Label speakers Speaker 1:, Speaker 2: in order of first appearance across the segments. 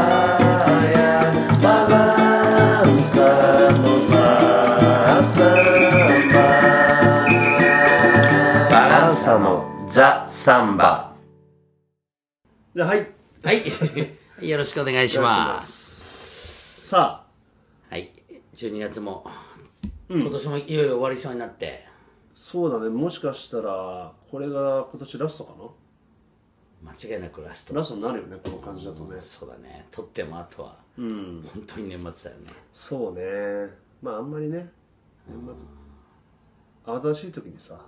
Speaker 1: Praia, balançamos a samba. Balançamos a samba.
Speaker 2: じゃあはい
Speaker 3: はい。 よろしくお願いします。
Speaker 2: さあ
Speaker 3: はい。12月も、今年もいよいよ終わりそうになって、
Speaker 2: そうだねもしかしたらこれが今年ラストかな
Speaker 3: 間違いなくラスト。
Speaker 2: ラストになるよねこの感じだとね
Speaker 3: そうだね。撮ってもあとは、本当に年末だよね。
Speaker 2: そうねまああんまりね年末慌ただしい時にさ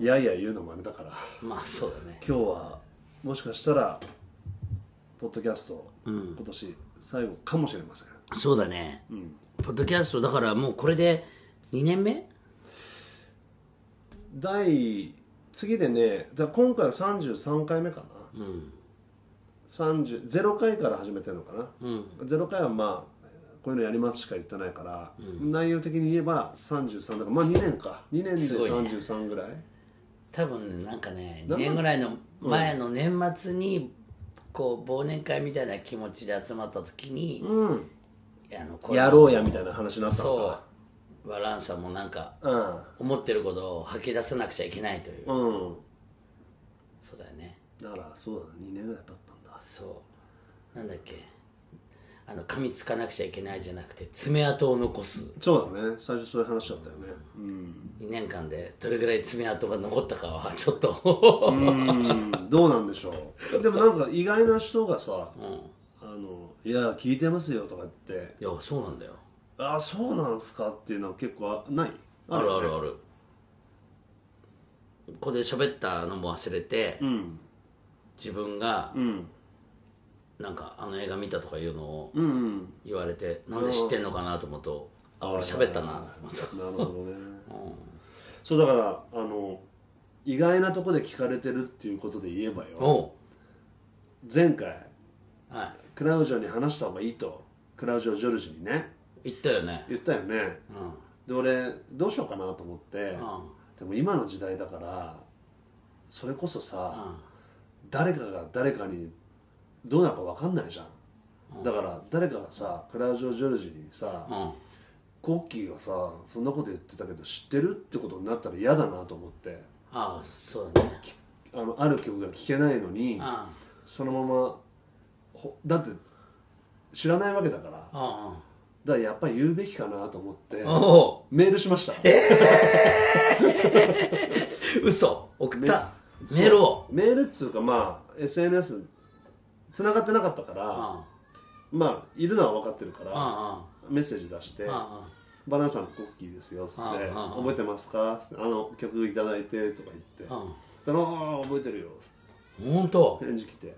Speaker 2: いやいや言うのもあれだから
Speaker 3: まあそうだね。
Speaker 2: 今日はもしかしたらポッドキャスト、今年最後かもしれません
Speaker 3: そうだね。ポッドキャスト、だからもうこれで2年目
Speaker 2: 第次でねだから今回は33回目かな、30 0回から始めてるのかな、0回はまあこういうのやりますしか言ってないから、内容的に言えば33だからまあ2年か2年です
Speaker 3: ごいね
Speaker 2: 33ぐらい
Speaker 3: 多分ね、なんかね、
Speaker 2: 年末
Speaker 3: 2年ぐらいの前の年末に、こう、忘年会みたいな気持ちで集まった時に、あのこれ
Speaker 2: やろうやみたいな話になったのか
Speaker 3: そう。バランサもなんか、
Speaker 2: うん
Speaker 3: 思ってることを吐き出さなくちゃいけないという、
Speaker 2: うん
Speaker 3: そうだよね
Speaker 2: だからそうだね2年ぐらい経ったんだ
Speaker 3: そうなんだっけあの噛みつかなくちゃいけないじゃなくて爪痕を残す
Speaker 2: そうだね最初そういう話だったよねうん
Speaker 3: 2年間でどれぐらい爪痕が残ったかはちょっと
Speaker 2: うんどうなんでしょうでもなんか意外な人がさ「あのいや聞いてますよ」とか言って
Speaker 3: いやそうなんだよ
Speaker 2: 「ああそうなんすか」っていうのは結構あない
Speaker 3: あるある
Speaker 2: ね
Speaker 3: あるここで喋ったのも忘れて、
Speaker 2: ん
Speaker 3: 自分が、
Speaker 2: ん
Speaker 3: なんかあの映画見たとかいうのを
Speaker 2: うんうん
Speaker 3: 言われて、なんで知ってんのかなと思うとあ俺喋ったな
Speaker 2: なるほどね、そうだからあの意外なとこで聞かれてるっていうことで言えばよ
Speaker 3: お
Speaker 2: 前回
Speaker 3: うはい
Speaker 2: クラウジョに話した方がいいとクラウジョ・ジョルジュにね
Speaker 3: 言ったよね
Speaker 2: 言ったよね
Speaker 3: う
Speaker 2: で
Speaker 3: ん
Speaker 2: 俺どうしようかなと思って、でも今の時代だからそれこそさ、誰かが誰かにどうなるか分かんないじゃん、だから誰かがさクラウジョ・ジョルジュにさ、
Speaker 3: うん
Speaker 2: コッキーがさそんなこと言ってたけど知ってるってことになったら嫌だなと思って
Speaker 3: ああそうだね
Speaker 2: あのある曲が聴けないのに
Speaker 3: あ
Speaker 2: そのままほだって知らないわけだからだ
Speaker 3: あ
Speaker 2: か
Speaker 3: あ
Speaker 2: らやっぱり言うべきかなと思って
Speaker 3: あお
Speaker 2: メールしました
Speaker 3: う嘘送った
Speaker 2: そう
Speaker 3: メールを
Speaker 2: メールっつうかまあ SNS 繋がってなかったから
Speaker 3: あ
Speaker 2: まあいるのは分かってるから
Speaker 3: ああ
Speaker 2: メッセージ出して
Speaker 3: あああ
Speaker 2: 「バナナさんのコッキーですよ」っつって
Speaker 3: うんうん
Speaker 2: 「覚えてますか?」っつってあの曲いただいて」とか言って「
Speaker 3: うん
Speaker 2: その覚えてるよ」っつっ
Speaker 3: 本当
Speaker 2: て返事来て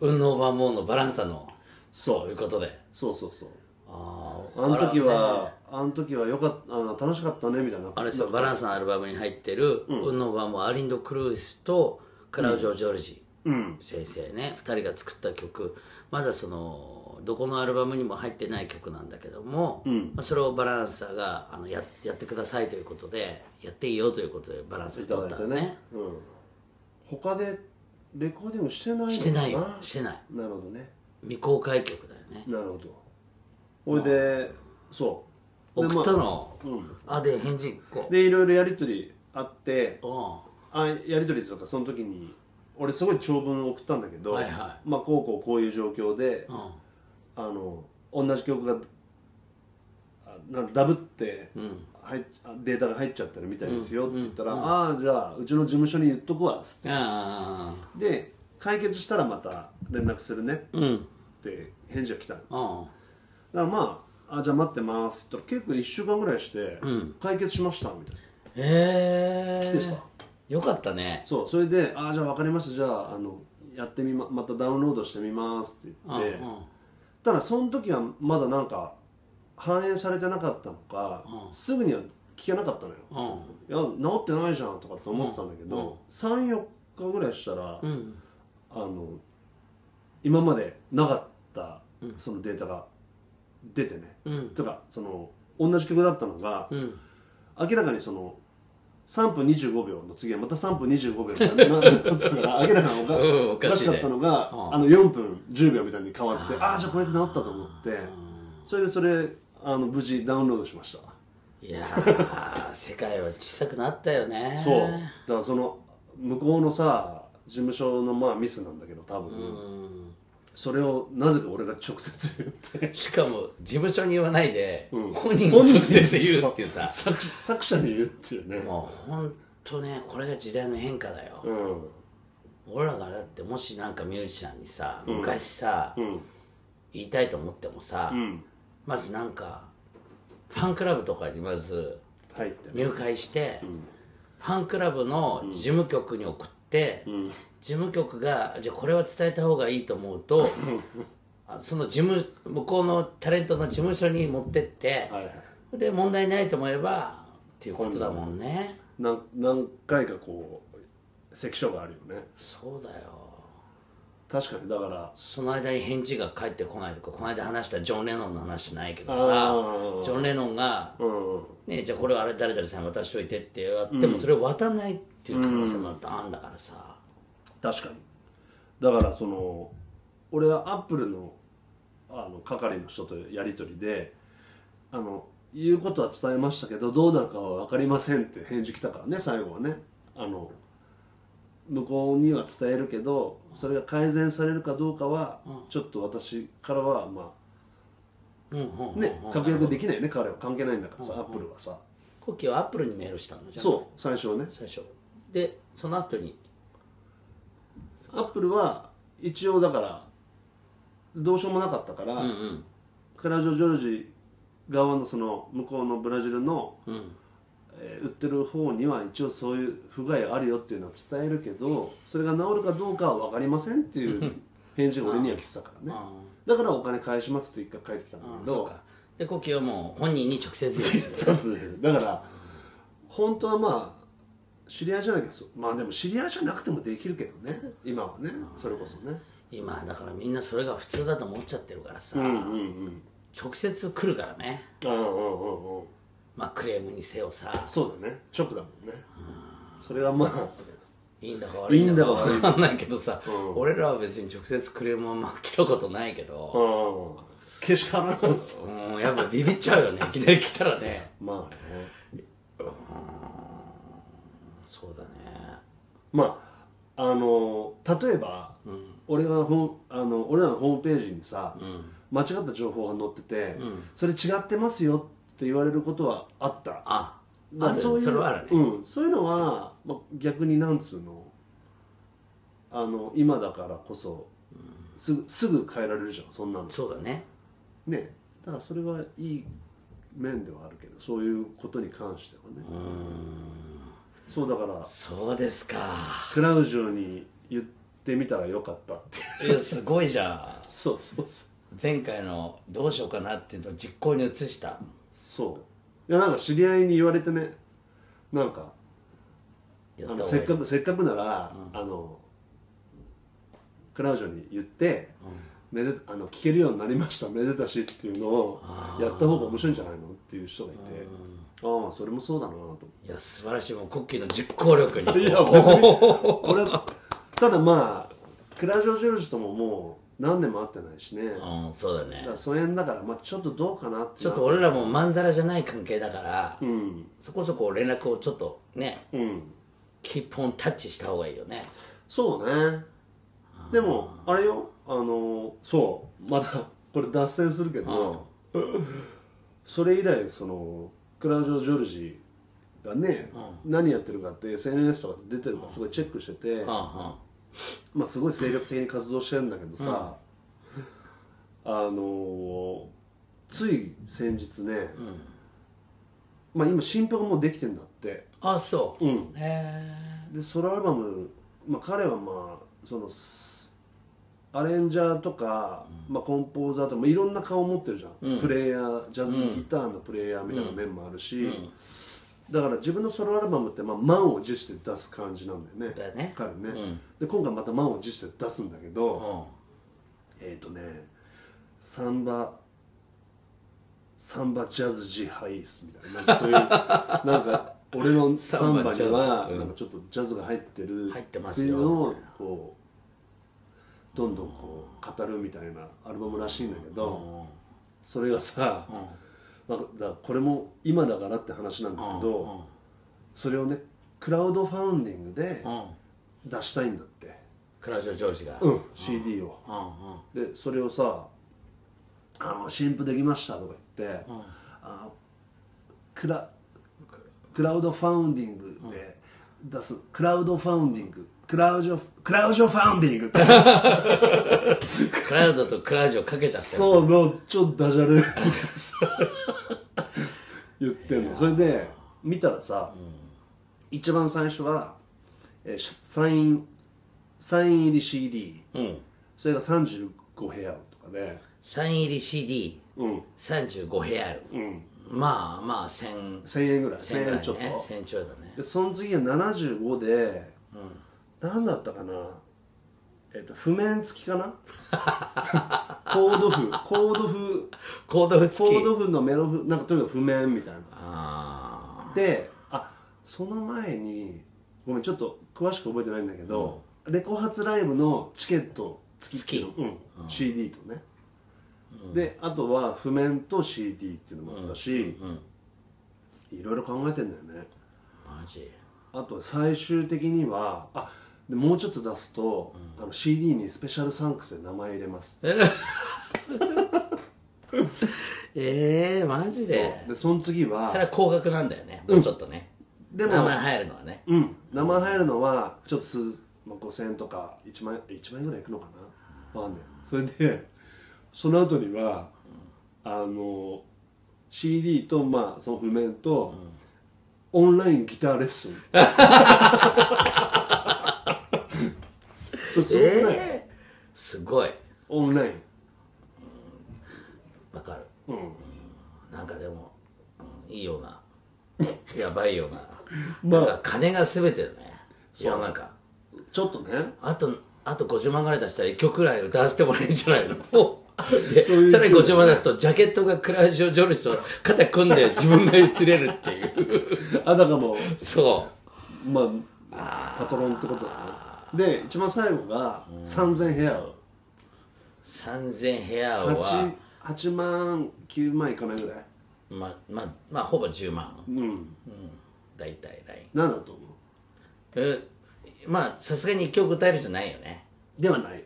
Speaker 3: 運動番号のバランサの
Speaker 2: そ
Speaker 3: といううことで
Speaker 2: そうそうそう
Speaker 3: あ
Speaker 2: あの時はあの時はよかったあの楽しかったねみたいな
Speaker 3: あれそうバランサのアルバムに入ってる運動番号アリンド・クルースとクラウジョ・ジョルジ
Speaker 2: うん
Speaker 3: 先生ね2人が作った曲まだそのどこのアルバムにも入ってない曲なんだけども、まあ、それをバランサがあのややってくださいということでやっていいよということでバランサ
Speaker 2: い
Speaker 3: に
Speaker 2: た
Speaker 3: 取
Speaker 2: だ
Speaker 3: っ
Speaker 2: い
Speaker 3: た
Speaker 2: て
Speaker 3: の
Speaker 2: ね
Speaker 3: ね
Speaker 2: うん他でレコーディングしてないのか
Speaker 3: してないよしてない
Speaker 2: なるほどね
Speaker 3: 未公開曲だよね
Speaker 2: なるほどほいでそうで
Speaker 3: 送った
Speaker 2: ま
Speaker 3: の、あで返事こ
Speaker 2: あ
Speaker 3: う
Speaker 2: でいろいろやりとりあって
Speaker 3: うん
Speaker 2: あやりとりっていうかその時に俺すごい長文を送ったんだけど、
Speaker 3: はいは
Speaker 2: まあこうこうこういう状況で、
Speaker 3: ん
Speaker 2: あの同じ曲があなんダブって、入っあデータが入っちゃってるみたいですよって言ったら、ああじゃあうちの事務所に言っとくわっつっ
Speaker 3: あ
Speaker 2: てで解決したらまた連絡するね
Speaker 3: あうん
Speaker 2: って返事が来たのだか
Speaker 3: あ
Speaker 2: らまああじゃあ待ってますって言ったら結構1週間ぐらいして、解決しましたみたいな
Speaker 3: ええー、
Speaker 2: 来てさ
Speaker 3: よかったね
Speaker 2: そうそれで「ああじゃあ分かりましたじゃああのやってみままたダウンロードしてみます」って言って、ただその時はまだなんか反映されてなかったのか、すぐには聞けなかったのよ、いや治ってないじゃんとかって思ってたんだけど、34日ぐらいしたら、あの今までなかったそのデータが出てね、とかその同じ曲だったのが、明らかにその3分25秒の次はまた3分25秒みたいななんつうのかな明らかにおか,、
Speaker 3: うんお
Speaker 2: お
Speaker 3: かしいね
Speaker 2: かしかったのが、あの4分10秒みたいに変わってああーじゃあこれで治ったと思ってそれでそれあの無事ダウンロードしました
Speaker 3: いやー世界は小さくなったよね
Speaker 2: そうだからその向こうのさ事務所のまあミスなんだけど多分それをなぜか俺が直接言って
Speaker 3: しかも事務所に言わないで、本人が
Speaker 2: 本
Speaker 3: 直
Speaker 2: 人に
Speaker 3: 接言うっていうさ
Speaker 2: そう作作者に言うっていうね
Speaker 3: もうほんとねこれが時代の変化だよ、
Speaker 2: うん
Speaker 3: 俺らがだってもしなんかミュージシャンにさ昔さ、
Speaker 2: ん
Speaker 3: 言いたいと思ってもさ、
Speaker 2: ん
Speaker 3: まずなんかファンクラブとかにまず
Speaker 2: 入って
Speaker 3: 入会して、ファンクラブの事務局に送って、事務局がじゃあこれは伝えた方がいいと思うとあその事務向こうのタレントの事務所に持ってって、
Speaker 2: はいはい
Speaker 3: で問題ないと思えばっていうことだもんね
Speaker 2: なん何回かこう関所があるよね
Speaker 3: そうだよ
Speaker 2: 確かにだから
Speaker 3: その間に返事が返ってこないとかこの間話したジョン・レノンの話じゃないけどさ
Speaker 2: あー
Speaker 3: ジョン・レノンが
Speaker 2: うん
Speaker 3: 「ね、じゃあこれはあれ誰々さんに渡しといて」ってやってもそれを渡んないっていう可能性もあった、あんだからさ
Speaker 2: 確かにだからその俺はアップルのあの係の人とやり取りであの言うことは伝えましたけどどうなるかは分かりませんって返事来たからね最後はねあの向こうには伝えるけどそれが改善されるかどうかは、ちょっと私からはま
Speaker 3: うんう
Speaker 2: あ
Speaker 3: ん
Speaker 2: ね確約できないよね彼は関係ないんだからさ、アップルはさ、
Speaker 3: コッキーはアップルにメールしたのじゃあ
Speaker 2: そう最初はね
Speaker 3: 最初でその後に
Speaker 2: アップルは一応だからどうしようもなかったから、クラジオ・ジョルジ側のその向こうのブラジルの、えー売ってる方には一応そういう不具合あるよっていうのは伝えるけどそれが治るかどうかは分かりませんっていう返事が俺には来てたからねだからお金返しますって一回返ってきたんだけ
Speaker 3: そう
Speaker 2: ど
Speaker 3: かでコッキーはもう本人に直接言う
Speaker 2: だから本当はまあ知り合いじゃなきゃそうまあでも知り合いじゃなくてもできるけどね今はねそれこそね
Speaker 3: 今だからみんなそれが普通だと思っちゃってるからさ、
Speaker 2: うんうん
Speaker 3: 直接来るからね
Speaker 2: うんうんうんうん
Speaker 3: まあクレームにせよさ
Speaker 2: そうだね直だもんねそれはまあ
Speaker 3: いいんだか悪いんだか
Speaker 2: いいんだか悪い
Speaker 3: 分
Speaker 2: ん
Speaker 3: かんないけどさ、俺らは別に直接クレームはまあ来たことないけ
Speaker 2: う
Speaker 3: ど、
Speaker 2: んけしからんです
Speaker 3: うん、やっぱビビっち ゃうよねいきなり来たらね
Speaker 2: まあね
Speaker 3: そうだね
Speaker 2: まああの例えば、俺がほんあの俺らのホームページにさ、間違った情報が載ってて、それ違ってますよって言われることはあった
Speaker 3: あ
Speaker 2: ま
Speaker 3: あ
Speaker 2: あ
Speaker 3: る
Speaker 2: そういう
Speaker 3: それはあるね、
Speaker 2: うん、そういうのは、まあ、逆になんつうのあの今だからこそすぐすぐ変えられるじゃんそんなの
Speaker 3: そうだね
Speaker 2: ねだからそれはいい面ではあるけどそういうことに関してはねそうだから
Speaker 3: そうですか
Speaker 2: クラウジオに言ってみたらよかったっていう
Speaker 3: いやすごいじゃん
Speaker 2: そうそうそう
Speaker 3: 前回のどうしようかなっていうのを実行に移した
Speaker 2: そういやなんか知り合いに言われてねなんか
Speaker 3: や
Speaker 2: あ
Speaker 3: った
Speaker 2: の
Speaker 3: 方
Speaker 2: せ
Speaker 3: が
Speaker 2: っ
Speaker 3: いい
Speaker 2: かくせっかくなら、あのクラウジョに言って、めであの聞けるようになりましためでたしっていうのをやった方が面白いんじゃないのっていう人がいてああそれもそうだなと思
Speaker 3: いや素晴らしいもうコッキーの実行力に
Speaker 2: いや別に俺ただまあクラジオ・ジョルジュとももう何年も会ってないしねだか
Speaker 3: うんそうだね
Speaker 2: ら疎遠だから、まあ、ちょっとどうかなって
Speaker 3: ちょっと俺らもまんざらじゃない関係だから、
Speaker 2: うん
Speaker 3: そこそこ連絡をちょっとね
Speaker 2: うん
Speaker 3: キープオンタッチした方がいいよね
Speaker 2: そうねでもあれよあのそうまたこれ脱線するけどそれ以来そのクラウジョ・ジョルジュがね、何やってるかって SNS とかで出てるかすごいチェックしてて、
Speaker 3: うんうん
Speaker 2: まあ、すごい精力的に活動してるんだけどさ、あのーつい先日ね、まあ、今新譜がもうできてんだって
Speaker 3: あそう、
Speaker 2: うん
Speaker 3: へ
Speaker 2: でソロアルバム、まあ、彼はまあそのすアレンジャーとか、まあ、コンポーザーとか、まあ、いろんな顔を持ってるじゃん、プレイヤージャズギターのプレイヤーみたいな面もあるし、だから自分のソロアルバムって、まあ、満を持して出す感じなんだよね
Speaker 3: だよね
Speaker 2: 彼ね、で今回また満を持して出すんだけど、
Speaker 3: ーうん
Speaker 2: えっ、ー、とねサンバ サンバジャズジハイスみたいななんかそういうなんか俺のサンバ
Speaker 3: サンバジ
Speaker 2: に
Speaker 3: ャズ
Speaker 2: は
Speaker 3: うん
Speaker 2: なんかちょっとジャズが入ってる
Speaker 3: 入ってま
Speaker 2: っ
Speaker 3: す
Speaker 2: て
Speaker 3: よ
Speaker 2: いうのをこうどんどんこう語るみたいなアルバムらしいんだけどそれがさ、まあ、だからこれも今だからって話なんだけどそれをねクラウドファウンディングで
Speaker 3: うん
Speaker 2: 出したいんだって、
Speaker 3: クラウジョ・ジョージが、
Speaker 2: うん CD を。
Speaker 3: うんうん
Speaker 2: でそれをさ「あの新譜できました」とか言って、あのクラクラウドファウンディングで出す、クラウドファウンディングクラウジョクラウジョファウンディングって
Speaker 3: クラウドとクラウジョかけちゃってる
Speaker 2: そうもうちょっとダジャレ 言ってんのそれで見たらさ、一番最初は、えーしサインサイン入り CD、
Speaker 3: うん
Speaker 2: それが35部屋とかで、
Speaker 3: サイン入り CD、
Speaker 2: うん、
Speaker 3: 35部屋ある、まあまあ1000
Speaker 2: 1000円ぐらい
Speaker 3: 1000
Speaker 2: 1000
Speaker 3: ぐらい
Speaker 2: 円ちょっと、
Speaker 3: ね1000ちょいだね
Speaker 2: でその次が75で、何だったかなえっ、と譜面付きかな コード譜コード譜
Speaker 3: コード付き
Speaker 2: コード譜のメロ譜なんかとにかく譜面みたいな
Speaker 3: あ
Speaker 2: であその前にごめんちょっと詳しく覚えてないんだけど、レコ発ライブのチケット付きっていうの
Speaker 3: 付
Speaker 2: うん CD とね、であとは譜面と CD っていうのもあったし、いろいろ考えてんだよね
Speaker 3: あマジ
Speaker 2: あと最終的にはあでもうちょっと出すと、あの CD にスペシャルサンクスで名前入れますで
Speaker 3: ええマジで
Speaker 2: その次
Speaker 3: そ
Speaker 2: は
Speaker 3: れは高額なんだよねもうちょっとね、
Speaker 2: でも
Speaker 3: 名前入るのはね
Speaker 2: うん名前入るのはちょっと数、まあ、5000円とか1万円1万円ぐらいいくのかなわかんないそれでその後には、あの CD と、まあ、その譜面と、オンラインギターレッス ンそれすごくない、
Speaker 3: えーすごい
Speaker 2: オンライン
Speaker 3: わかる
Speaker 2: うん
Speaker 3: なんかでも、うんいいよ うなやばいような
Speaker 2: まあ
Speaker 3: なんか金が全てだね世の中
Speaker 2: ちょっとね
Speaker 3: あとあと50万ぐらい出したら1曲くらい歌わせてもらえるんじゃないので
Speaker 2: そういう
Speaker 3: さらに50万出すとジャケットがクラウジオ・ジョルジと肩組んで自分が映れるっ てい う
Speaker 2: あたかも
Speaker 3: そう
Speaker 2: まあパトロンってことだねで一番最後が3000部屋
Speaker 3: 3000部屋は
Speaker 2: 8, 8万9万いかないぐらい
Speaker 3: ままあまあほぼ10万
Speaker 2: うん
Speaker 3: 大体ライン
Speaker 2: 何だと思
Speaker 3: えまあさすがに1曲歌えるじゃないよね
Speaker 2: うではない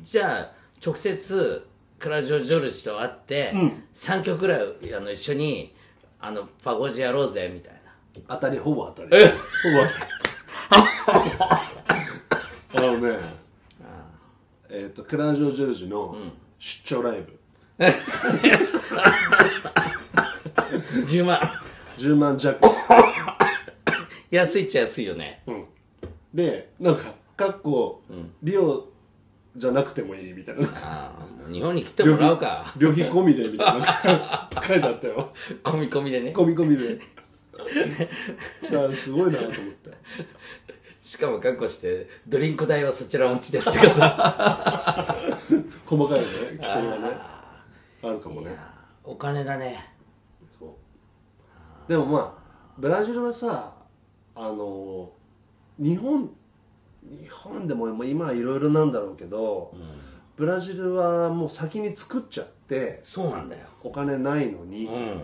Speaker 3: じゃあ直接クラジオ・ジョルジと会って、3曲ぐらいあの一緒にあのパゴジやろうぜみたいな
Speaker 2: 当たりほぼ当たりほぼ当たり あのねえっ、とクラウジオ・ジョージの出張ライブ、
Speaker 3: 10万
Speaker 2: 10万 弱
Speaker 3: 安いっちゃ安いよね、
Speaker 2: でなんかかっこリオじゃなくてもいいみたいな
Speaker 3: ああもう日本に来てもらうか
Speaker 2: 旅費込みでみたいな書いてあったよ
Speaker 3: 込み込みでね
Speaker 2: 込み込みでだからすごいなと思って
Speaker 3: しかも確保してドリンク代はそちら持ちですとかさ
Speaker 2: 細かいね規定がねあるかもね
Speaker 3: お金だね
Speaker 2: そうでもまあブラジルはさあの日本日本でももう今はいろいろなんだろうけど、ブラジルはもう先に作っちゃって
Speaker 3: そうなんだよ
Speaker 2: お金ないのに、
Speaker 3: うん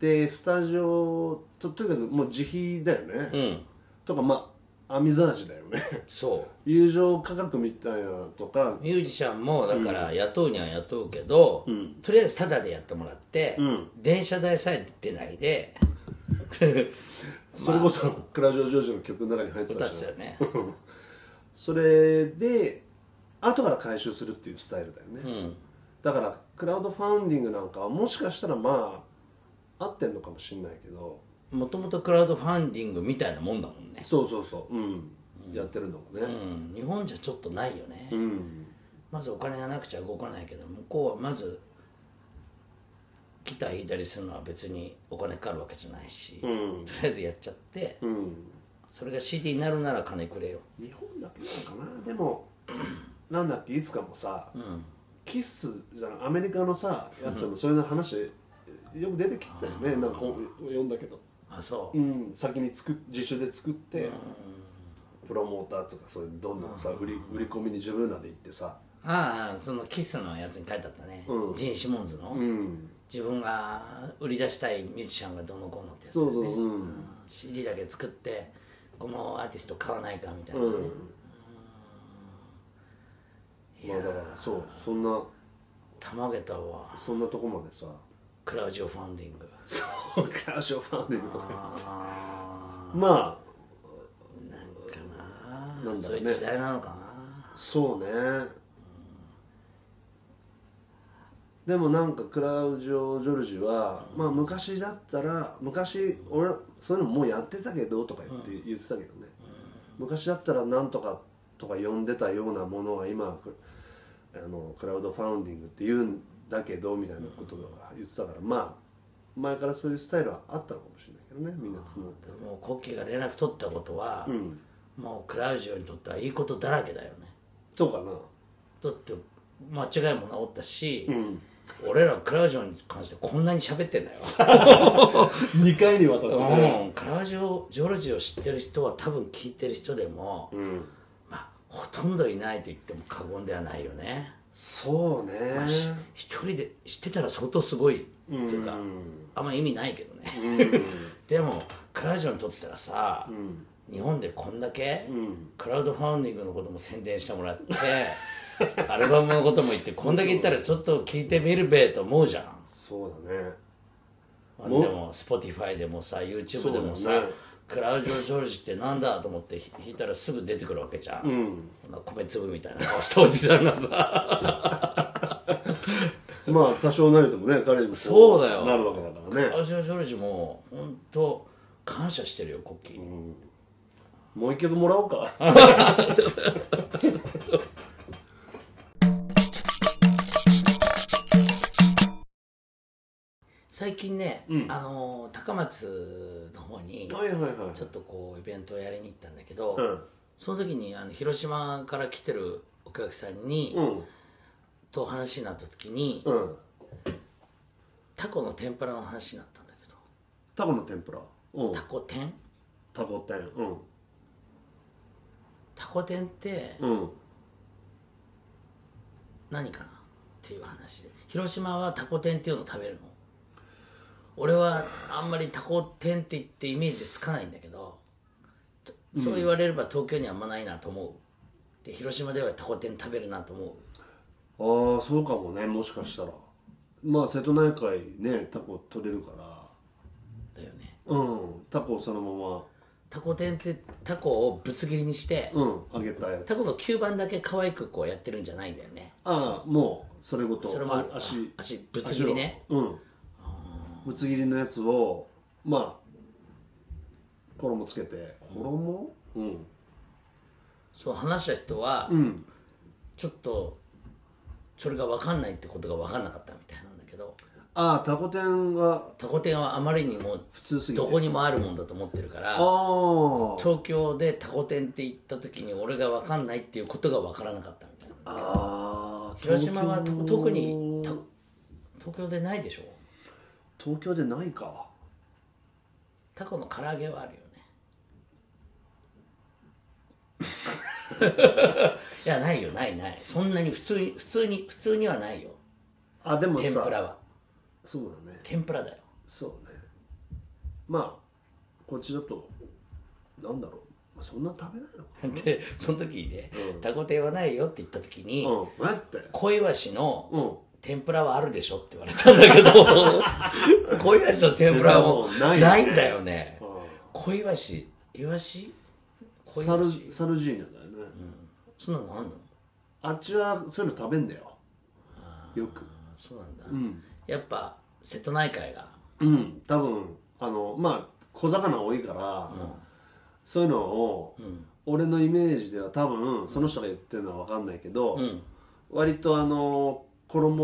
Speaker 2: でスタジオととにかくもう自費だよね、
Speaker 3: うん
Speaker 2: とかまあアミザージだよね
Speaker 3: そう
Speaker 2: 友情価格みたいなのとか
Speaker 3: ミュージシャンもだから雇うには雇うけど、とりあえずタダでやってもらって、
Speaker 2: ん
Speaker 3: 電車代さえ出ないで
Speaker 2: それこそクラジオ・ジョージの曲の中に入って
Speaker 3: 歌
Speaker 2: た
Speaker 3: っ
Speaker 2: じ
Speaker 3: す
Speaker 2: ゃん
Speaker 3: よね
Speaker 2: それで後から回収するっていうスタイルだよね、だからクラウドファウンディングなんかはもしかしたらまあ合ってんのかもしれないけど
Speaker 3: もともとクラウドファンディングみたいなもんだもんね、
Speaker 2: そうそうそう、うんやってるのもね、
Speaker 3: うん、日本じゃちょっとないよね、まずお金がなくちゃ動かないけど向こうはまずギター弾いたりするのは別にお金かかるわけじゃないし、とりあえずやっちゃって、それが CD になるなら金くれよ
Speaker 2: 日本だけなのかなでもなんだっけいつかもさ、キッスじゃんアメリカのさやつでもそれの話、よく出てきてたよね、なんか本読んだけど、
Speaker 3: あそう
Speaker 2: ん、先に作っ自主で作って、プロモーターとかそういうどんどんさ売り売り込みに自分らで行ってさ
Speaker 3: ああそのキスのやつに書いてあったね、
Speaker 2: うん
Speaker 3: ジン・シモンズの、
Speaker 2: うん
Speaker 3: 自分が売り出したいミュージシャンがどうのこうのってやつだ
Speaker 2: そ
Speaker 3: よ
Speaker 2: う
Speaker 3: ね
Speaker 2: そううん、
Speaker 3: CD だけ作ってこのアーティスト買わないかみたいなね、
Speaker 2: うんまあだからそうそんな
Speaker 3: たまげたわ
Speaker 2: そんなとこまでさ
Speaker 3: クラウジオファンディング
Speaker 2: そうクラッシュファンディングとかまあ
Speaker 3: ああ
Speaker 2: なんだろうね
Speaker 3: そういう時代なのか
Speaker 2: そうねでもなんかクラウジオ・ジョルジは、まあ昔だったら昔俺そういうのもうやってたけどとか言って,、言ってたけどね、昔だったらなんとかとか呼んでたようなものは今クあのクラウドファウンディングって言うんだけどみたいなこととか言ってたから、まあ前からそういうスタイルはあったのかもしれないけどねみんな募って
Speaker 3: なもうコッキーが連絡取ったことは、
Speaker 2: ん
Speaker 3: もうクラウジオにとってはいいことだらけだよね
Speaker 2: そうかな
Speaker 3: だって間違いも治ったし、
Speaker 2: ん
Speaker 3: 俺らクラウジオに関してこんなに喋って んだよ
Speaker 2: 2回にわたってね
Speaker 3: うん、カラージョジョルジを知ってる人は多分聞いてる人でも、
Speaker 2: ん
Speaker 3: まあほとんどいないと言っても過言ではないよね
Speaker 2: そうね、
Speaker 3: し一人で知ってたら相当すごいっていうか、あんま意味ないけどね、 でもカラージョにとったらさ、日本でこんだけ、クラウドファウンディングのことも宣伝してもらって アルバムのことも言ってこんだけ言ったらちょっと聞いてみるべと思うじゃん
Speaker 2: そうだね
Speaker 3: まあでも Spotify でもさ YouTube でもさ、
Speaker 2: そうだね
Speaker 3: クラウジョ・ジョージってなんだと思ってひ弾いたらすぐ出てくるわけじゃん、まあ米粒みたいな顔したおじさんがさ
Speaker 2: まあ多少なりともね彼にも
Speaker 3: そうだよ
Speaker 2: なるわけだか
Speaker 3: ク
Speaker 2: ら
Speaker 3: ラ
Speaker 2: ね
Speaker 3: ウジョ・ジョージも本当感謝してるよコッキーに、
Speaker 2: もう一曲もらおうか
Speaker 3: 最近ね、あのー高松の方に
Speaker 2: はいはいはい
Speaker 3: ちょっとこうイベントをやりに行ったんだけど、
Speaker 2: うん
Speaker 3: その時にあの広島から来てるお客さんに、
Speaker 2: うん
Speaker 3: と話になった時に、
Speaker 2: うん
Speaker 3: タコの天ぷらの話になったんだけど
Speaker 2: タコの天ぷらうん
Speaker 3: タコ天
Speaker 2: タコ天うん
Speaker 3: タコ天って
Speaker 2: うん
Speaker 3: 何かなっていう話で広島はタコ天っていうのを食べるの俺はあんまりタコ天って言ってイメージつかないんだけどとそう言われれば東京にはあんまないなと思うで広島ではタコ天食べるなと思う
Speaker 2: ああそうかもねもしかしたらまあ瀬戸内海ねタコ取れるか
Speaker 3: だよね
Speaker 2: らうんタコをそのま
Speaker 3: タコ天ってタコをぶつ切りにして、
Speaker 2: まうん揚げたやつ
Speaker 3: タコの吸盤だけ可愛くこうやってるんじゃないんだよね
Speaker 2: ああもうそれごと
Speaker 3: それもある
Speaker 2: あ足
Speaker 3: 足ぶつ切りね
Speaker 2: 足をうんぶつ切りのやつをまあ衣つけて衣うん
Speaker 3: そう話した人は、
Speaker 2: ん
Speaker 3: ちょっとそれが分かんないってことが分かんなかったみたいなんだけど
Speaker 2: ああタコ天が
Speaker 3: タコ天はあまりにも
Speaker 2: 普通すぎて
Speaker 3: どこにもあるもんだと思ってるから
Speaker 2: ああ
Speaker 3: 東京でタコ天って行った時に俺が分かんないっていうことが分からなかったみたいな
Speaker 2: ああ
Speaker 3: 広島は
Speaker 2: 東京
Speaker 3: 特にた東京でないでしょ
Speaker 2: 東京でないか
Speaker 3: タコの唐揚げはあるよね いやないよないないそんなに普通に普通に普通にはないよ
Speaker 2: あでもさ
Speaker 3: 天ぷらは
Speaker 2: そうだね
Speaker 3: 天ぷらだよ
Speaker 2: そうねまあこっちだとなんだろうそんな食べないのか
Speaker 3: でその時にね、タコ天はないよって言った時に、
Speaker 2: うん待って
Speaker 3: 小イワシ
Speaker 2: う
Speaker 3: の
Speaker 2: ん
Speaker 3: 天ぷらはあるでしょって言われたんだ けど小イワシの天ぷらはもう
Speaker 2: 天ぷらはもうないよ
Speaker 3: な
Speaker 2: ね
Speaker 3: いんだよね小イワシイワシ小イ
Speaker 2: サ
Speaker 3: ワ
Speaker 2: ル
Speaker 3: シ
Speaker 2: サルジーニャだよね、
Speaker 3: そんなのあんの
Speaker 2: あっちはそういうの食べんだよよく
Speaker 3: あそうなんだ、やっぱ瀬戸内海が
Speaker 2: うん多分あのまあ小魚多いから、そういうのを、俺のイメージでは多分その人が言ってるのは分かんないけど、割とあの衣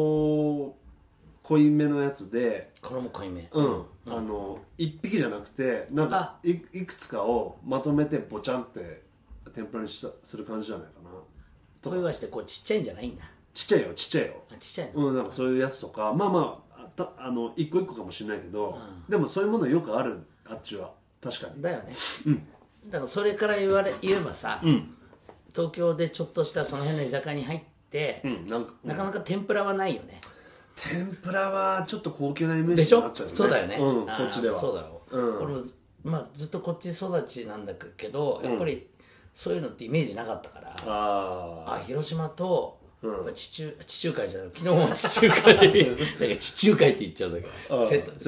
Speaker 2: 濃いめのやつで
Speaker 3: 衣濃いめ、
Speaker 2: うん、あの一匹じゃなくてなんかいいくつかをまとめてぼちゃんって天ぷらにしたする感じじゃないかな
Speaker 3: 小イワシってこうちっちゃいんじゃないんだ
Speaker 2: ちっちゃいよちっちゃいよ
Speaker 3: あちっちゃいの、
Speaker 2: うん、なんかそういうやつとかまあまああたあの一個一個かもしれないけど、でもそういうものよくあるああっちは確かに
Speaker 3: だよね、だからそれから言われ言えばさ、東京でちょっとしたその辺の居酒屋に入って、
Speaker 2: うんなんか
Speaker 3: なかなか天ぷらはないよね
Speaker 2: 天ぷらはちょっと高級なイメー
Speaker 3: でし
Speaker 2: ジにな
Speaker 3: ょ
Speaker 2: っちゃうよね
Speaker 3: そうだよね、
Speaker 2: うん、こ
Speaker 3: あー
Speaker 2: っちでは
Speaker 3: そうだろう、俺も、まあ、ずっとこっち育ちなんだけどやっぱりそういうのってイメージなかったから、
Speaker 2: あ
Speaker 3: あ広島と、やっぱ地中地中海じゃない昨日も地中海 なんか地中海って言っちゃうんだけ
Speaker 2: う
Speaker 3: ど
Speaker 2: ん
Speaker 3: 瀬戸
Speaker 2: 瀬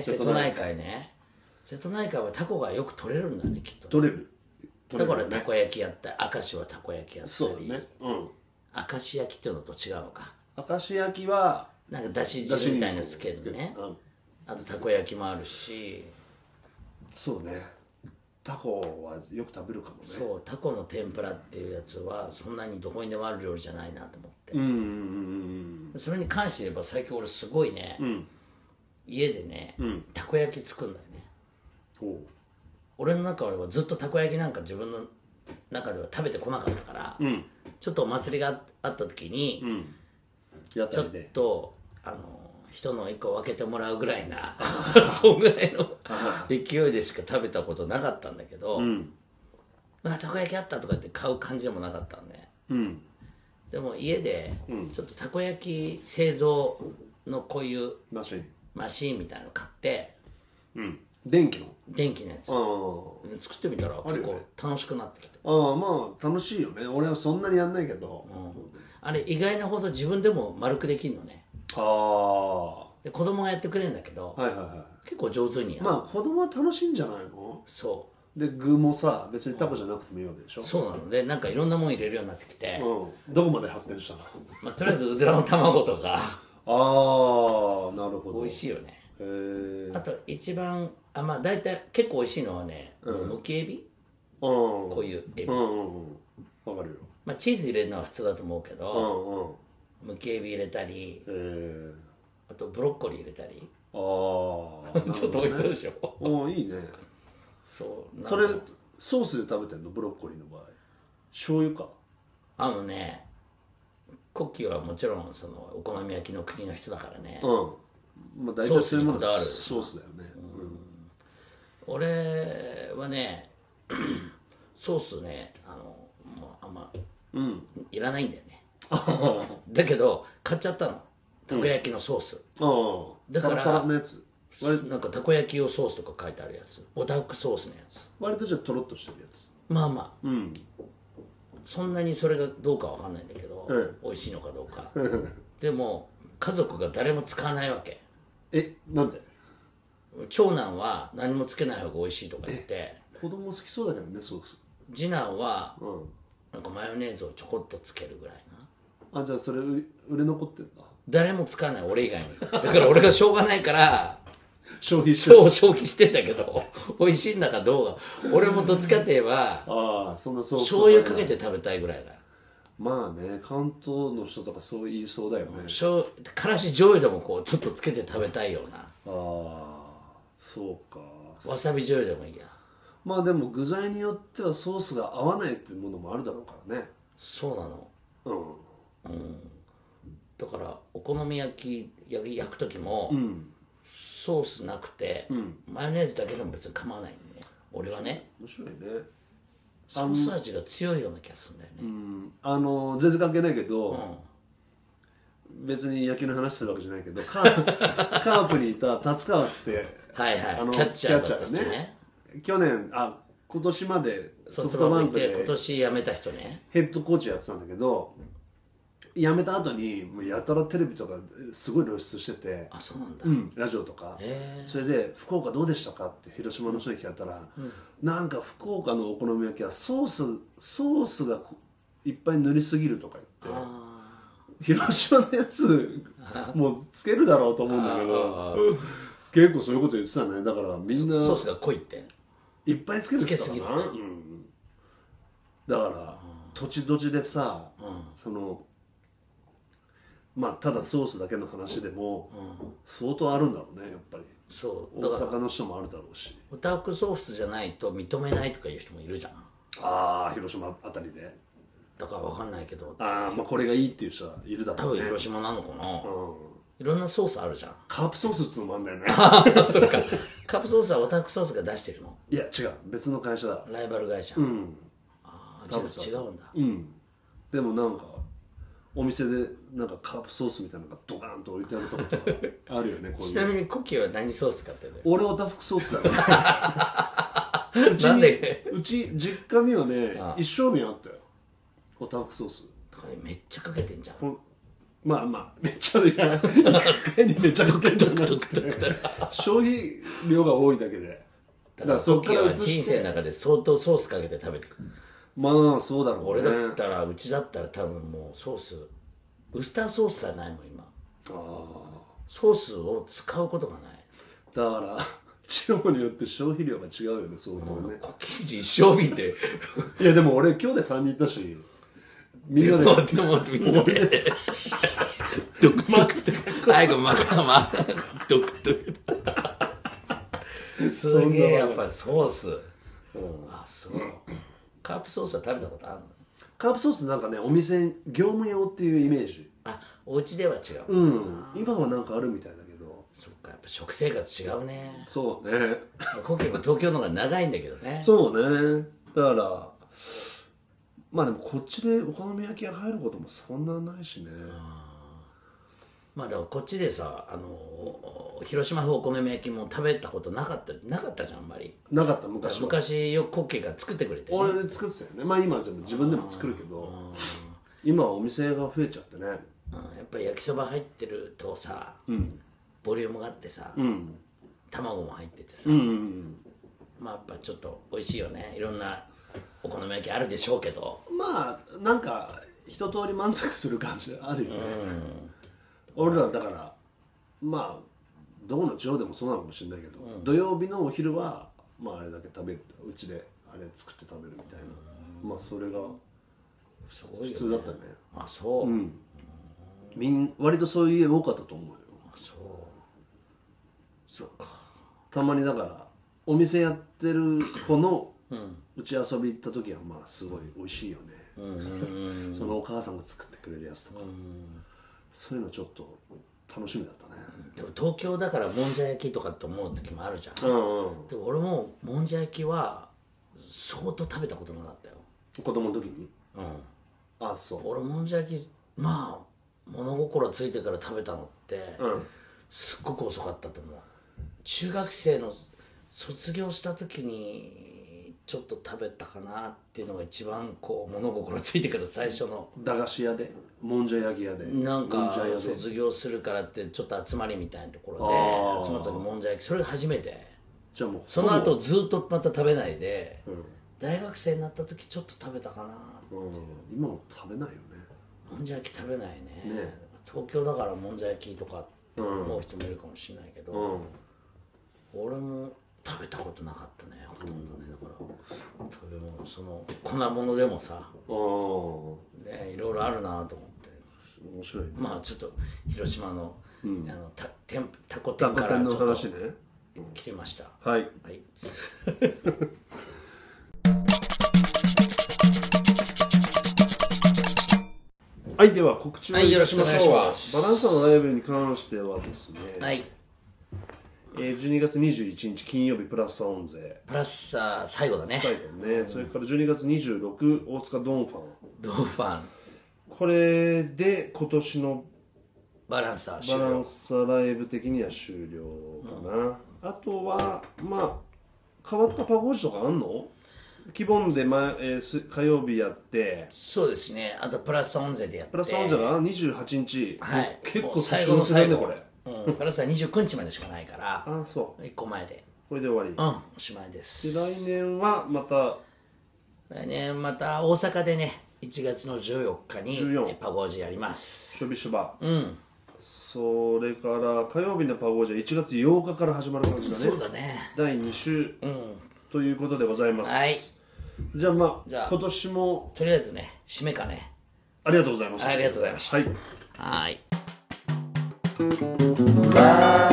Speaker 3: 瀬
Speaker 2: 戸
Speaker 3: 戸
Speaker 2: 内海
Speaker 3: 内海ね
Speaker 2: 瀬
Speaker 3: 瀬
Speaker 2: 戸
Speaker 3: 戸
Speaker 2: 内海
Speaker 3: 内海ね瀬戸内海はタコがよく取れるんだねきっと
Speaker 2: ー取れる取
Speaker 3: だ
Speaker 2: れ
Speaker 3: から
Speaker 2: る
Speaker 3: たこ焼きやったり明石はたこ焼きやった
Speaker 2: そう
Speaker 3: り、
Speaker 2: だねうん
Speaker 3: 明石焼きっていうのと違うのか
Speaker 2: 明石焼きは
Speaker 3: なんかだし汁みたいなのつけるね
Speaker 2: うん
Speaker 3: あとたこ焼きもあるし
Speaker 2: そうねタコはよく食べるかもね
Speaker 3: そうタコの天ぷらっていうやつはそんなにどこにでもある料理じゃないなと思って、
Speaker 2: うんうんうん
Speaker 3: それに関して言えば最近俺すごいね、家でね、たこ焼き作るんだよね
Speaker 2: うんおう
Speaker 3: 俺の中ではずっとたこ焼きなんか自分の中では食べてこなかったから、ちょっとお祭りがあった時に、
Speaker 2: やっ
Speaker 3: ち
Speaker 2: た
Speaker 3: ょっ
Speaker 2: りね
Speaker 3: とあの人の一個分けてもらうぐらいな そんぐらいの勢いでしか食べたことなかったんだけど、うわたこ焼きあったとかって買う感じでもなかったんで、
Speaker 2: ん
Speaker 3: でも家でちょっとたこ焼き製造のこういう
Speaker 2: マシン
Speaker 3: マシーンみたいの買って
Speaker 2: うん電気
Speaker 3: 電気のやつ
Speaker 2: の
Speaker 3: 作ってみたら
Speaker 2: ある
Speaker 3: 結
Speaker 2: よね
Speaker 3: 構楽しくなってきた
Speaker 2: ああああまあ楽しいよね俺はそんなにやんないけど
Speaker 3: あれ意外なほど自分でも丸くできるのね
Speaker 2: ああは
Speaker 3: で子供がやってくれるんだけど、
Speaker 2: いはいはい
Speaker 3: 結構上手にやる、
Speaker 2: まあ子供は楽しいんじゃないの
Speaker 3: そ
Speaker 2: で具もさ別にタコじゃなくてもいいわけでしょ
Speaker 3: うそうなのでなんかいろんなもん入れるようになってきて、
Speaker 2: うんどこまで発展したの
Speaker 3: まあ、とりあえずうずらの卵とか
Speaker 2: ああなるほど
Speaker 3: 美味
Speaker 2: い
Speaker 3: しいよね
Speaker 2: へえ
Speaker 3: あと一番あまあ大体結構美味しいのはね、むきエビ
Speaker 2: うん
Speaker 3: こういうエビ、
Speaker 2: うんうんうんわかるよ
Speaker 3: まあ、チーズ入れるのは普通だと思うけ
Speaker 2: う
Speaker 3: ど、
Speaker 2: んうん
Speaker 3: むきエビ入れたり
Speaker 2: ええ
Speaker 3: あとブロッコリー入れたり
Speaker 2: ああ
Speaker 3: ちょっと美味しそうでしょ、
Speaker 2: おいいね
Speaker 3: そうなんか
Speaker 2: それソースで食べてんのブロッコリーの場合醤油か
Speaker 3: あのねコッキーはもちろんそのお好み焼きの国の人だからね、
Speaker 2: うんまあ大体
Speaker 3: ソー
Speaker 2: そ
Speaker 3: ス
Speaker 2: ういうも
Speaker 3: にこ
Speaker 2: の
Speaker 3: だわる
Speaker 2: ソースだよねうん
Speaker 3: 俺はね ソースねあのもうあんま、いらないんだよ ねだけど買っちゃったのたこ焼きのソース、
Speaker 2: ああ
Speaker 3: だ
Speaker 2: サ
Speaker 3: から
Speaker 2: ラサラのやつ割
Speaker 3: なんかたこ焼き用ソースとか書いてあるやつオタクソースのやつ
Speaker 2: 割とじゃあとろっとしてるやつ
Speaker 3: まあまあ、
Speaker 2: ん
Speaker 3: そんなにそれがどうかわかんないんだけど、
Speaker 2: うん
Speaker 3: 美味しいのかどう かでも家族が誰も使わないわけ
Speaker 2: えなんで
Speaker 3: 長男は何もつけない方が美味しいとか言って
Speaker 2: 子供好きそうだけどねソース
Speaker 3: 次男は
Speaker 2: うん
Speaker 3: なんかマヨネーズをちょこっとつけるぐらいな
Speaker 2: あじゃあそれ売売れ残ってんだ
Speaker 3: 誰も使わない俺以外にだから俺がしょうがないから
Speaker 2: 消費してる
Speaker 3: 超消費してんだけど美味しいんだかどうか俺もどっちかって言えば
Speaker 2: ああそんなソース
Speaker 3: 醤油かけて食べたいぐらいだ
Speaker 2: まあね関東の人とかそう言いそうだよね
Speaker 3: 醤からし醤油でもこうちょっとつけて食べたいような
Speaker 2: ああそうか
Speaker 3: わさび醤油でもいいや
Speaker 2: まあでも具材によってはソースが合わないっていうものもあるだろうからね
Speaker 3: そうなの
Speaker 2: うん
Speaker 3: だからお好み焼き焼き焼く時も、ソースなくて、マヨネーズだけでも別に構わないんでね俺はね
Speaker 2: 面白いね
Speaker 3: ソース味が強いような気がするんだよね、
Speaker 2: うんあの全然関係ないけど、別に野球の話するわけじゃないけどカ ーカープにいた達川って
Speaker 3: はいはい
Speaker 2: あの
Speaker 3: キャッチャーだった人
Speaker 2: キャッチャー
Speaker 3: ね
Speaker 2: 去年あ今年までソ
Speaker 3: ソフ
Speaker 2: フ
Speaker 3: ト
Speaker 2: ト
Speaker 3: バ
Speaker 2: バ
Speaker 3: ン
Speaker 2: ン
Speaker 3: ク
Speaker 2: ク
Speaker 3: 行って今
Speaker 2: で
Speaker 3: 年辞めた人ね
Speaker 2: ヘッドコーチやってたんだけど辞めた後にもうやたらテレビとかすごい露出してて
Speaker 3: あそうなんだ、
Speaker 2: うん、ラジオとか、
Speaker 3: へ
Speaker 2: それで「福岡どうでしたか?」って広島の人に聞かれたら、なんか福岡のお好み焼きはソースソースがこいっぱい塗りすぎるとか言って広島のやつもうつけるだろうと思うんだけどうん結構そういうこと言ってたねだからみんな
Speaker 3: ソースが濃いって
Speaker 2: いっぱいつけるって言って
Speaker 3: つけすぎ
Speaker 2: た
Speaker 3: る
Speaker 2: かな、うんだから土地土地でさ、そのまあただソースだけの話でも、相当あるんだろうねやっぱり
Speaker 3: そう
Speaker 2: 大
Speaker 3: だから
Speaker 2: 阪の人もあるだろうし
Speaker 3: オタクソースじゃないと認めないとかいう人もいるじゃん
Speaker 2: ああ広島あたりで
Speaker 3: だから分かんないけど
Speaker 2: ああまあこれがいいっていう人はいるだ
Speaker 3: 多
Speaker 2: ろう
Speaker 3: 分
Speaker 2: ね
Speaker 3: 広島なのかな、いろんなソースあるじゃん
Speaker 2: カープソースっつうのもあんだよね
Speaker 3: そうかカップソースはオタクソースが出してるの
Speaker 2: いや違う別の会社だ
Speaker 3: ライバル会社、
Speaker 2: うん
Speaker 3: あー違う違うんだ
Speaker 2: うんでもなんかお店でなんかカープソースみたいなのがドカーンと置いてあるとことかあるよねこう
Speaker 3: ちな
Speaker 2: いう
Speaker 3: みにコッキーは何ソース買ってんだよ
Speaker 2: 俺オタフクソースだようち
Speaker 3: なん
Speaker 2: に
Speaker 3: で
Speaker 2: うち実家にはね一生瓶あったよオタフクソース
Speaker 3: これめっちゃかけてんじゃん
Speaker 2: こんまあまあめっちゃいや1回にめちゃくちゃじゃなくて消費量が多いだけでだからそっ
Speaker 3: コッ
Speaker 2: か
Speaker 3: キー
Speaker 2: ら
Speaker 3: は
Speaker 2: 移し
Speaker 3: 人
Speaker 2: て
Speaker 3: 生の中で相当ソースかけて食べてる
Speaker 2: まあそうだろうね
Speaker 3: 俺だったらうちだったら多分もうソースウスターソースはないもん今ソースを使うことがない
Speaker 2: だから地方によって消費量が違うよね相当ね、
Speaker 3: コッキー人一生瓶で
Speaker 2: いやでも俺今日で3人いたしみんなで
Speaker 3: もうでもみんなで独特して最後またまた独特すげえやっぱソース、あそうカープソースは食べたことあるの
Speaker 2: カープソースなんかねお店業務用っていうイメージ
Speaker 3: あお家では違う、
Speaker 2: うん今はなんかあるみたいだけど
Speaker 3: そっかやっぱ食生活違うね
Speaker 2: そうね
Speaker 3: コッキーも東京の方が長いんだけどね
Speaker 2: そうねだからまあでもこっちでお好み焼きが入ることもそんなないしね
Speaker 3: まあだからこっちでさあの広島風お好み焼きも食べたことなかったなかったじゃんあんまり
Speaker 2: なかった昔は
Speaker 3: 昔よくコッケが作ってくれてね、
Speaker 2: 俺で作ってたよねまあ今はちょっと自分でも作るけど今はお店が増えちゃってね
Speaker 3: うんやっぱり焼きそば入ってるとさ、ボリュームがあってさ、卵も入っててさ、まあやっぱちょっと美味しいよねいろんなお好み焼きあるでしょうけど
Speaker 2: まあなんか一通り満足する感じあるよね、俺らだからまあどこの地方でもそうなのかもしれないけど、土曜日のお昼はまああれだけ食べるうちであれ作って食べるみたいな、まあそれが
Speaker 3: すごい
Speaker 2: 普
Speaker 3: よ、
Speaker 2: 通だったね
Speaker 3: あそう、
Speaker 2: みん割とそういう家多かったと思うよ
Speaker 3: そうか
Speaker 2: たまにだからお店やってる子のうち遊び行った時はまあすごい美味しいよね、そのお母さんが作ってくれるやつとか、そういうのちょっと楽しみだったね、
Speaker 3: でも東京だからもんじゃ焼きとかって思う時もあるじゃん、
Speaker 2: うんうん、
Speaker 3: でも俺ももんじゃ焼きは相当食べたことなかったよ、
Speaker 2: 子供の時に
Speaker 3: うん、
Speaker 2: あそう
Speaker 3: 俺もんじゃ焼きまあ物心ついてから食べたのって、すっごく遅かったと思う中学生の卒業した時にちょっと食べたかなっていうのが一番こう物心ついてから最初の
Speaker 2: 駄菓子屋でもんじゃ焼き屋で
Speaker 3: な
Speaker 2: も
Speaker 3: ん
Speaker 2: ん
Speaker 3: か
Speaker 2: じゃ屋で
Speaker 3: 卒業するからってちょっと集まりみたいなところで集まった時もんじゃ焼きそれが初めて
Speaker 2: じゃあもう
Speaker 3: その後ずっとまた食べないで、大学生になった時ちょっと食べたかな
Speaker 2: うん今も食べないよね
Speaker 3: もんじゃ焼き食べないね
Speaker 2: ね
Speaker 3: 東京だからもんじゃ焼きとかって思う人もいるかもしれないけど、俺も食べたことなかったねほとんどねだから食べ物その粉物でもさ、
Speaker 2: ああ面
Speaker 3: ね、いろいろあるなと思って
Speaker 2: 白いね
Speaker 3: まあちょっと広島の,、あのた店舗タコ
Speaker 2: ダ
Speaker 3: 店
Speaker 2: コ
Speaker 3: から
Speaker 2: 店の
Speaker 3: ちょっと
Speaker 2: 話ね
Speaker 3: 来てました
Speaker 2: はい
Speaker 3: はい
Speaker 2: はいでは告知を
Speaker 3: はいよろしくお願いします
Speaker 2: バランサのライブに関してはですね、
Speaker 3: はい
Speaker 2: えー12月21日金曜日プラスサウンゼ
Speaker 3: プラスさ最後だね
Speaker 2: 最後ね、それから12月26大塚ドンファン
Speaker 3: ドーファン
Speaker 2: これで今年の
Speaker 3: バランサー終
Speaker 2: バラ
Speaker 3: 了
Speaker 2: ンサライブ的には終了かな、あとはまあ変わったパゴージとかあんの希望で、まえーす火曜日やって
Speaker 3: そうですねあとプラス音声でやって
Speaker 2: プラスサウンゼが28日、
Speaker 3: はい、
Speaker 2: 結
Speaker 3: も
Speaker 2: 構
Speaker 3: う
Speaker 2: 最
Speaker 3: 最
Speaker 2: 後
Speaker 3: 後
Speaker 2: の
Speaker 3: の
Speaker 2: 最
Speaker 3: 最
Speaker 2: 後
Speaker 3: 後
Speaker 2: これ
Speaker 3: うん、プラスは29日までしかないから
Speaker 2: ああそう
Speaker 3: 1個前で
Speaker 2: これで終わり、
Speaker 3: うんおしまいです
Speaker 2: で来年はまた
Speaker 3: 来年また大阪でね1月の14日
Speaker 2: 14
Speaker 3: にえパゴージやります
Speaker 2: シュビシュバ、それから火曜日のパゴージは1月8日から始まる感じだね
Speaker 3: そうだね
Speaker 2: 第2週、ということでございます、
Speaker 3: はい
Speaker 2: じゃあま
Speaker 3: じゃ
Speaker 2: あ
Speaker 3: あ
Speaker 2: 今年も
Speaker 3: とりあえずね締めかね
Speaker 2: ありがとうございました
Speaker 3: ありがとうございました
Speaker 2: はい
Speaker 3: はーい
Speaker 1: バラン